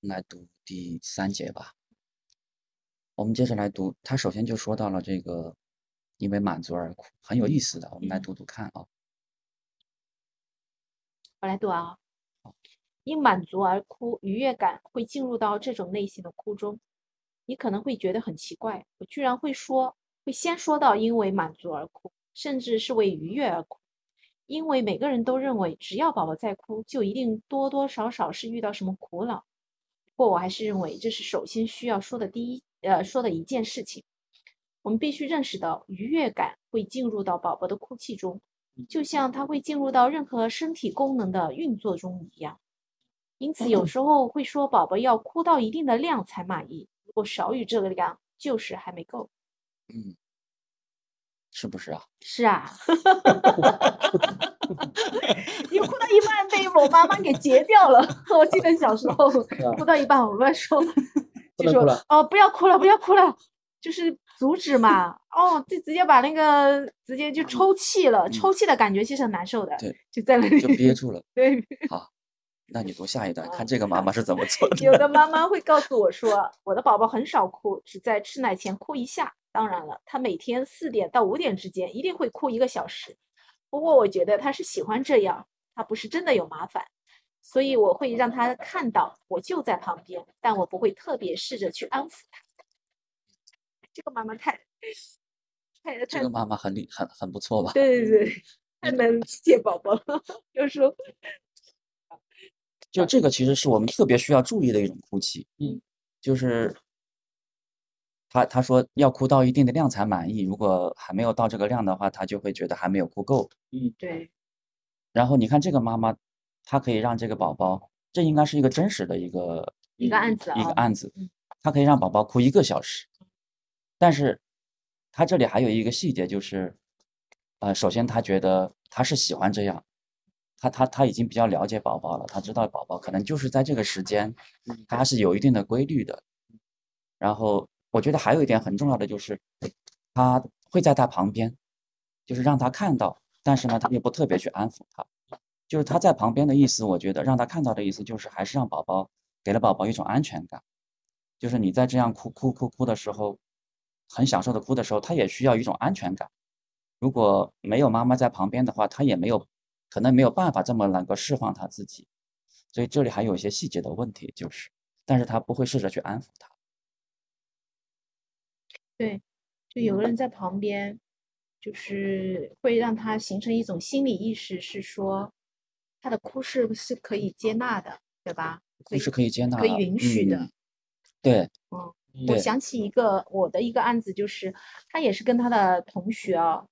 来读第三节吧。我们接着来读，他首先就说到了这个因为满足而哭，很有意思的，我们来嗯读读看啊。我来读啊。因满足而哭，愉悦感会进入到这种类型的哭中。你可能会觉得很奇怪，我居然会说，会先说到因为满足而哭，甚至是为愉悦而哭。因为每个人都认为，只要宝宝在哭，就一定多多少少是遇到什么苦恼。不过我还是认为，这是首先需要说的第一，呃，说的一件事情。我们必须认识到，愉悦感会进入到宝宝的哭泣中，就像它会进入到任何身体功能的运作中一样。因此，嗯有时候会说宝宝要哭到一定的量才满意，如果少于这个量，就是还没够。嗯，是不是啊？是啊， 你哭到一半被我妈妈给截掉了。 我记得小时 候哭到一半，我妈说就能说哭了哦不要哭了，不要哭了，就是阻止嘛。哦，就直接把那个直接就抽泣了，嗯抽泣的感觉其实很难受的，对，就在那 里就憋 住了。对。那你读下一段，啊看这个妈妈是 怎么做的。有的妈妈会告诉我说，我的宝宝很少哭，只在吃奶前哭一下。当然了，他每天四点到五点之间一定会哭一个小时。不过我觉得他是喜欢这样，他不是真的有麻烦，所以我会让他看到我就在旁边，但我不会特别试着去安抚他。这个妈妈太，太这太个妈嗯妈很厉，很很不错吧？对对对，太能理解宝宝了， 就是说就这个其实是我们特别需要注意的一种哭泣。嗯，就是他他说要哭到一定的量才满意，如果还没有到这个量的话，他就会觉得还没有哭够。对然后你看这个妈妈，她可以让这个宝宝，这应该是一个真实的一个一个案子一个啊，案子嗯，她可以让宝宝哭一个小时，但是她这里还有一个细节就是，呃，首先她觉得她是喜欢这样，她她她已经比较了解宝宝了，她知道宝宝可能就是在这个时间，嗯它还是有一定的规律的。然后我觉得还有一点很重要的就是，他会在他旁边，就是让他看到，但是呢，他也不特别去安抚他，就是他在旁边的意思，我觉得让他看到的意思就是还是让宝宝给了宝宝一种安全感，就是你在这样哭哭哭哭的时候，很享受的哭的时候，他也需要一种安全感。如果没有妈妈在旁边的话，他也没有，可能没有办法这么能够释放他自己，所以这里还有一些细节的问题，就是，但是他不会试着去安抚他。对，就嗯有个人在旁边，就是会让他形成一种心理意识，是说他的哭是是可以接纳的，对吧？这是可以接纳的，可以允许的嗯。对，我对想起一个我的一个案子，就是他也是跟他的同学啊，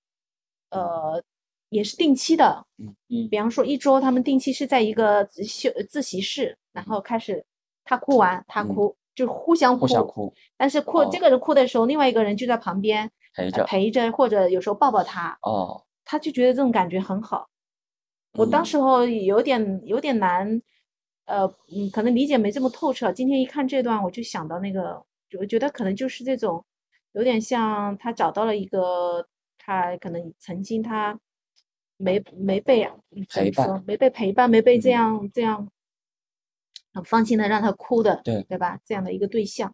呃，也是定期的，嗯嗯比方说一周他们定期是在一个自修自习室，然后开始他哭完他嗯哭，就互相互相哭，哭但是哭这哦个人哭的时候，另外一个人就在旁边。陪呃着。陪着，或者有时候抱抱他，哦，他就觉得这种感觉很好。我当嗯时候有点有点难，呃，嗯，可能理解没这么透彻。今天一看这段，我就想到那个，我觉得可能就是这种，有点像他找到了一个他可能曾经他没没被嗯怎陪么说伴没被陪伴，没被嗯这样、这样很放心的让他哭的，对对吧？这样的一个对象，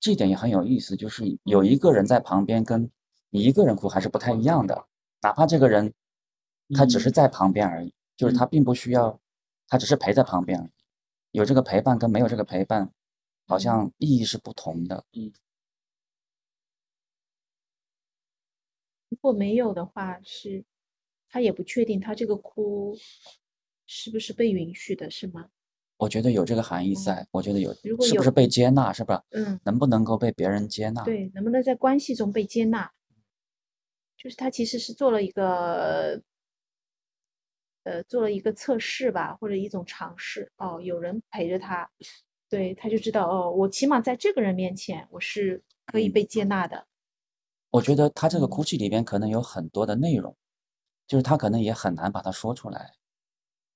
这点也很有意思，就是有一个人在旁边，跟你一个人哭还是不太一样的。哪怕这个人他只是嗯在旁边而已，就是嗯他并不需要，他只是陪在旁边而已。有这个陪伴跟没有这个陪伴，嗯好像意义是不同的。如果没有的话，是他也不确定他这个哭是不是被允许的，是吗？我觉得有这个含义在，我觉得有，嗯如果是不有是被接纳，是吧？嗯，能不能够被别人接纳？对，能不能在关系中被接纳？就是他其实是做了一个，呃，做了一个测试吧，或者一种尝试。哦，有人陪着他，对，他就知道哦，我起码在这个人面前我是可以嗯被接纳的。我觉得他这个嗯哭泣里边可能有很多的内容，就是他可能也很难把它说出来，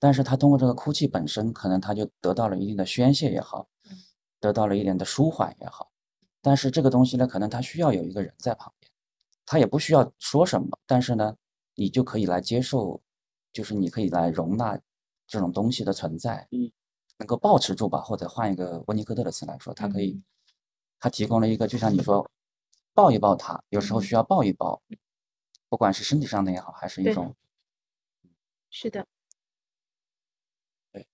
但是他通过这个哭泣本身，可能他就得到了一定的宣泄也好，嗯得到了一点的舒缓也好。但是这个东西呢，可能他需要有一个人在旁边，他也不需要说什么，但是呢，你就可以来接受，就是你可以来容纳这种东西的存在。嗯，能够保持住吧，或者换一个温尼科特的词来说，它可以嗯，它提供了一个，就像你说，抱一抱它，有时候需要抱一抱，不管是身体上的也好，还是一对种是的。对。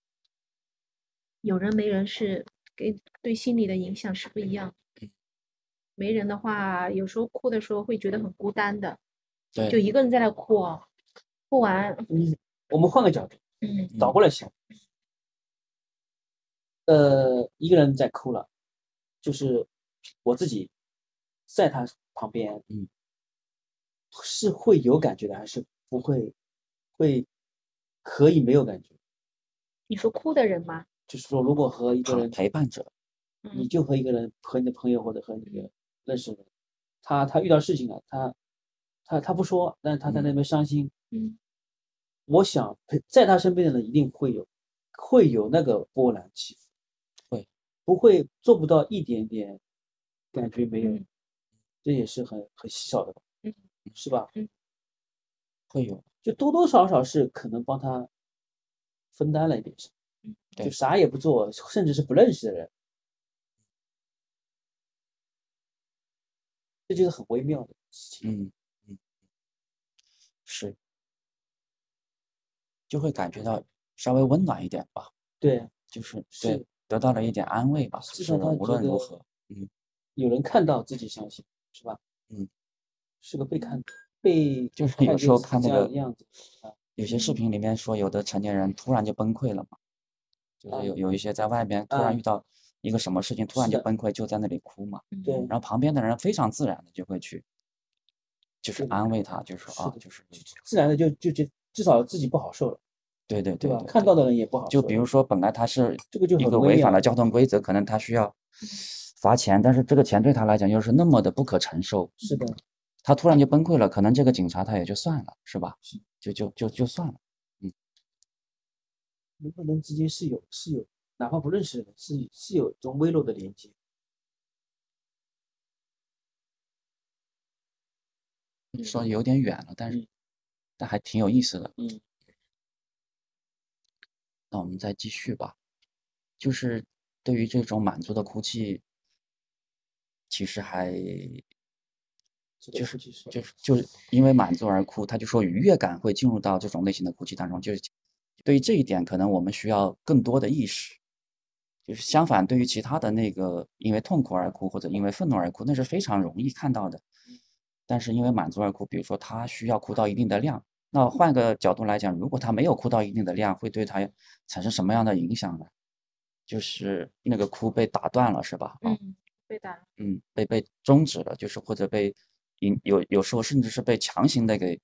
有人没人是给对心理的影响是不一样的。没人的话，有时候哭的时候会觉得很孤单的，对就一个人在那哭哦，哭完，嗯，我们换个角度，嗯倒过来想，呃，一个人在哭了，就是我自己在他旁边，嗯，是会有感觉的，还是不会？会可以没有感觉？你说哭的人吗？就是说，如果和一个人，陪伴者。你嗯就和一个人，和你的朋友或者和你的认识的人，他他遇到事情了，他他他不说，但是他在那边伤心，嗯，我想陪在他身边的人一定会有，会有那个波澜起伏，会不会做不到一点点感觉没有，嗯这也是很很稀少的吧，嗯，是吧？会有，就多多少少是可能帮他分担了一点什么嗯，对就啥也不做，甚至是不认识的人，这就是很微妙的事情。嗯嗯，是，就会感觉到稍微温暖一点吧，对，啊就是是对得到了一点安慰吧，至是少他无觉论如得何，有人看到自己相信，是吧？嗯，是个被看被就是看有见时候自己看那这样个的样子啊，有些视嗯频里面说有的成年人突然就崩溃了嘛，就是有有一些在外边突然嗯遇到一个什么事情，突然啊是就的崩溃，就在那里哭嘛，嗯对然后旁边的人非常自然的就会去，就是是的安慰他，就说是啊，的就是自然的就就觉至少自己不好受了，对对对吧？对看对到的人也不好受就了。比如说，本来他是这个就一很啊个微违反妙了交通规则，可能他需要嗯罚钱，但是这个钱对他来讲又是那么的不可承受，是的，他突然就崩溃了，可能这个警察他也就算了，是吧？就就就就算了，人和人之间是有是有，哪怕不认识的人，是是有一种微弱的连接。说有点远了，但是嗯但还挺有意思的。嗯，那我们再继续吧，就是对于这种满足的哭泣，其实还这个就哭泣是就是就是因为满足而哭，他就说愉悦感会进入到这种类型的哭泣当中。就是对于这一点，可能我们需要更多的意识。就是相反，对于其他的那个因为痛苦而哭或者因为愤怒而哭，那是非常容易看到的。但是因为满足而哭，比如说他需要哭到一定的量，那换个角度来讲，如果他没有哭到一定的量，会对他产生什么样的影响呢？就是那个哭被打断了，是吧？啊。嗯，对的，嗯，被被终止了，就是或者被引有有时候甚至是被强行的给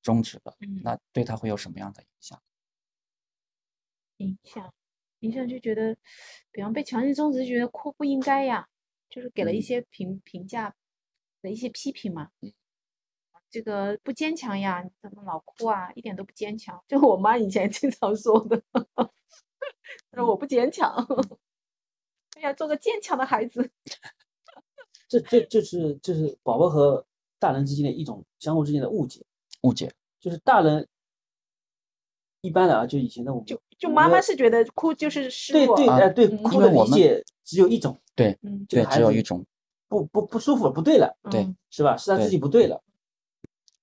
终止了，嗯那对他会有什么样的影响？影响，影响就觉得，比方被强行终止，就觉得哭不应该呀，就是给了一嗯些评评价的一些批评嘛。嗯这个不坚强呀，你怎么老哭啊？一点都不坚强。 就我妈以前经常说的， 她说我不坚强，哎呀，做个坚强的孩子。这这这是这是宝宝和大人之间的一种相互之间的误解，误解，就是大人一般的啊，就以前的我们就就我妈们妈是觉得哭就是示对弱，对啊哎对嗯哭因的为我理们解只有一种，对嗯这对个，孩只有子一种，不不不舒服了，不对了，对嗯是吧？是他自对己不对了，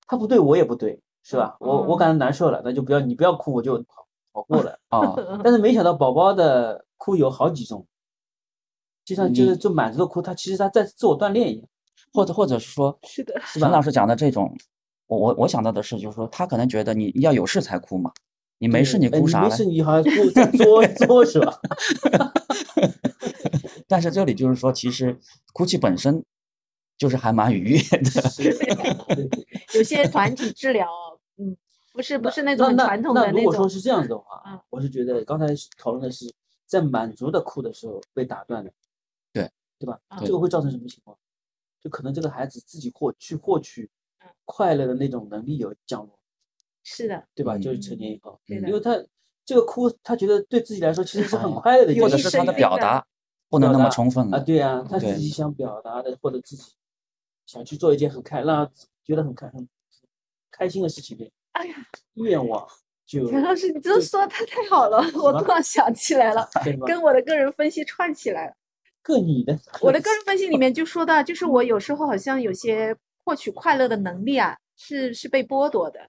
他不对我也不对，是吧？我嗯我感到难受了，那就不要你不要哭，我就好好过了。 啊，嗯但是没想到宝宝的哭有好几种，就像就是你就满足的哭，他其实他在自我锻炼一样，或者或者是说 是的，是陈老吧？师讲的这种，我我我想到的是，就是说他可能觉得你要有事才哭嘛，你没事对你哎哭啥没嘞 事，？你好像作在 作作是吧？但是这里就是说，其实哭泣本身就是还蛮愉悦 的，是对对有些团体治疗，嗯，不是不是那种很那传统的那如那果说种，是这样子的嗯话，我是觉得刚才是讨论的是在满足的哭的时候被打断的，对对吧？嗯这个会造成什么情况？就可能这个孩子自己获去获取嗯快乐的那种能力有降落，是的，对吧？就是嗯成年以后，对嗯的因为。他这个哭，他觉得对自己来说其实是很哎快乐的一有或件者事情，是生他的之表感达不能那表么达充分啊，了，对啊，他对自己想表达的，或者自己想去做一件很开，让他觉得很开很开心的事情呗，哎呀，愿望就田老师，你这说的太太好了， 我么突然想起 来了，对吧？跟我的个人分析串起来了。个你的， 我的个人分析里面就说到，就是我有时候好像有些获取快乐的能力啊，是是被剥夺的，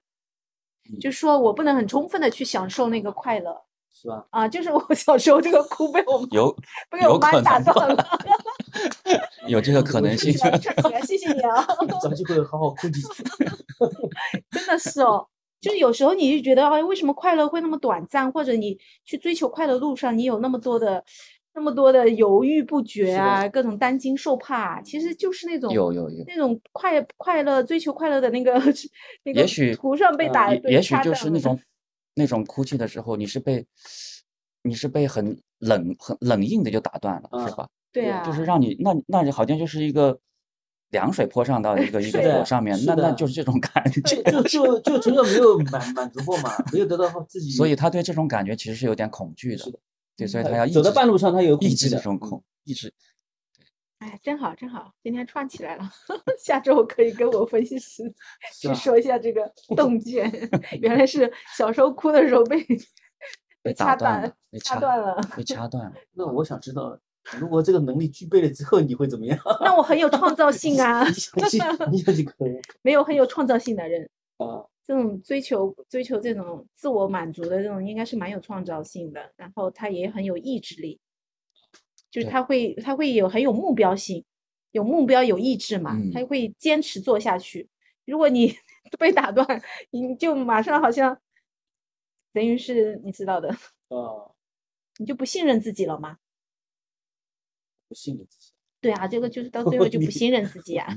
嗯就说我不能很充分的去享受那个快乐 是吧？啊。就是我小时候这个哭被我妈有被我有妈可打能断了，有这个可能串性起。 来，串起来，谢谢你啊。找机会好好哭几句。真的是哦，就是有时候你就觉得，哎，为什么快乐会那么短暂？或者你去追求快乐路上，你有那么多的、那么多的犹豫不决是的啊，各种担惊受怕啊、其实就是那种 有有有，那种快快乐追求快乐的那个那个，也许呃图上被嗯打，也也许就是那种那种哭泣的时候，你是被你是被很冷很冷硬的就打断了，是嗯吧？对对啊，就是让你那那就好像就是一个凉水泼上到一 个一个是火的上面，是那那的就是这种感觉。就就就就陈友没有满满足过嘛，没有得到自己，所以他对这种感觉其实是有点恐惧是的的，嗯对，所以他他要抑呃走到制半路上他有恐抑惧制这的种嗯恐，抑制哎，真好真好，今天串起来了， 下周我可以跟我分 析师是去吧？说一下这个洞见， 原来是小时候哭的时候被 被打掐断了，被掐掐断了。 被掐断了。那我想知道，如果这个能力具备了之后，你会怎 么样？ ，那我很有创造性啊你想去，你想去可以没有很有创造性的人，嗯啊，这种追求追求这种自我满足的这种，应该是蛮有创造性的，然后他也很有意志力，就是对他会他会有很有目标性，有目标有意志嘛，他嗯会坚持做下去。如果你 被打断，你就马上好像等于是你知道的，啊，你就不信任自己了嘛。不信你自己。对啊，这个就是到最后就不你信任自己啊。